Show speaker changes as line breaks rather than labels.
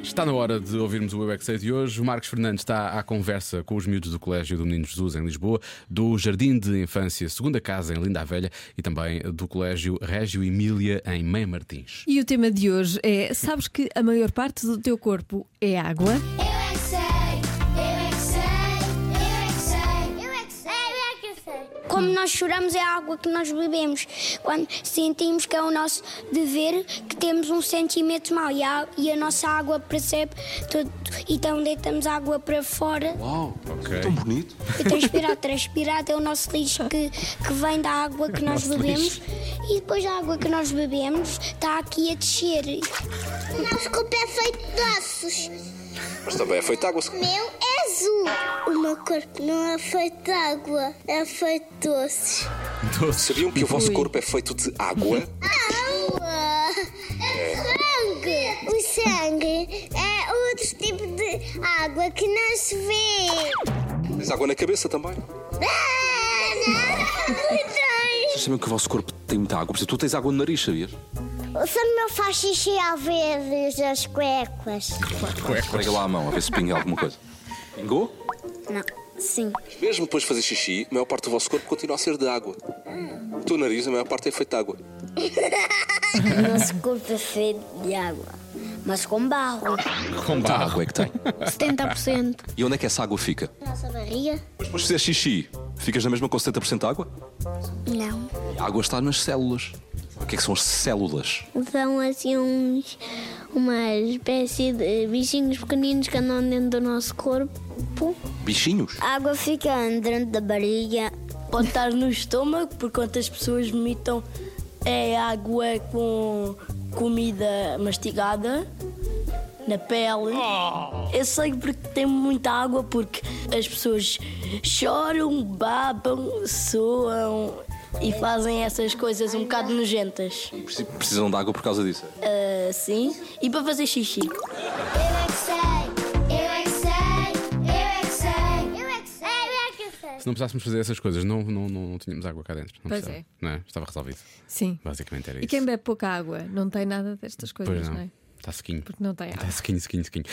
Está na hora de ouvirmos o UXA de hoje. O Marcos Fernandes está à conversa com os miúdos do Colégio do Menino Jesus em Lisboa, do Jardim de Infância Segunda Casa em Linda a Velha e também do Colégio Régio Emília em Meia Martins.
E o tema de hoje é: sabes que a maior parte do teu corpo é água?
Eu é que sei, eu é que sei, eu é que sei, eu é que sei, eu é que sei.
Como nós choramos é a água que nós bebemos. Quando sentimos que é o nosso dever, que temos um sentimento mau e a, e a nossa água percebe tudo. Então deitamos a água para fora
Uau,
Ok.
tão bonito.
e transpirar. Transpirar é o nosso lixo que, que vem da água que nós
nosso
bebemos. E depois a água que nós bebemos está aqui a descer.
O nosso corpo é feito de ossos.
Mas também é feito de água.
O meu é azul. O meu corpo não é feito de água, é feito de ossos.
Sabiam que o vosso
Ui.
corpo é feito de água?
Água! É sangue! O sangue é outro tipo de água que não se vê.
Tens água na cabeça também. Vocês sabiam que o vosso corpo tem muita água? Por exemplo, tu tens água no nariz, sabias?
O Samuel faz xixi ao vezes as cuecas.
Esfrega lá a mão, a ver se pinga alguma coisa. Pingou?
Não, sim.
Mesmo depois de fazer xixi, a maior parte do vosso corpo continua a ser de água. O teu nariz, a maior parte é feito de água.
O nosso corpo é feito de água, mas com barro.
Quanta água é que tem?
70%.
E onde é que essa água fica?
Nossa barriga?
Mas depois de fizer xixi, ficas na mesma com 70% de água?
Não.
A água está nas células. O que é que são as células?
São assim uns, uma espécie de bichinhos pequeninos que andam dentro do nosso corpo.
Bichinhos?
A água fica dentro da barriga.
Pode estar no estômago, por quantas pessoas vomitam é água com comida mastigada na pele. Eu sei porque tem muita água, porque as pessoas choram, babam, soam e fazem essas coisas um bocado nojentas.
E preci- precisam de água por causa disso.
Assim, e para fazer xixi.
Eu é que sei, eu é que sei, eu é que sei, eu é que sei, eu é que sei.
Se não precisássemos fazer essas coisas, não, não, não, não tínhamos água cá dentro. Não
Pois
precisava. Não é? Estava resolvido.
Sim.
Basicamente era
E
isso.
quem bebe pouca água não tem nada destas coisas,
Pois
não,
não.
é?
Está sequinho.
Porque não tem água.
Está sequinho, sequinho, sequinho.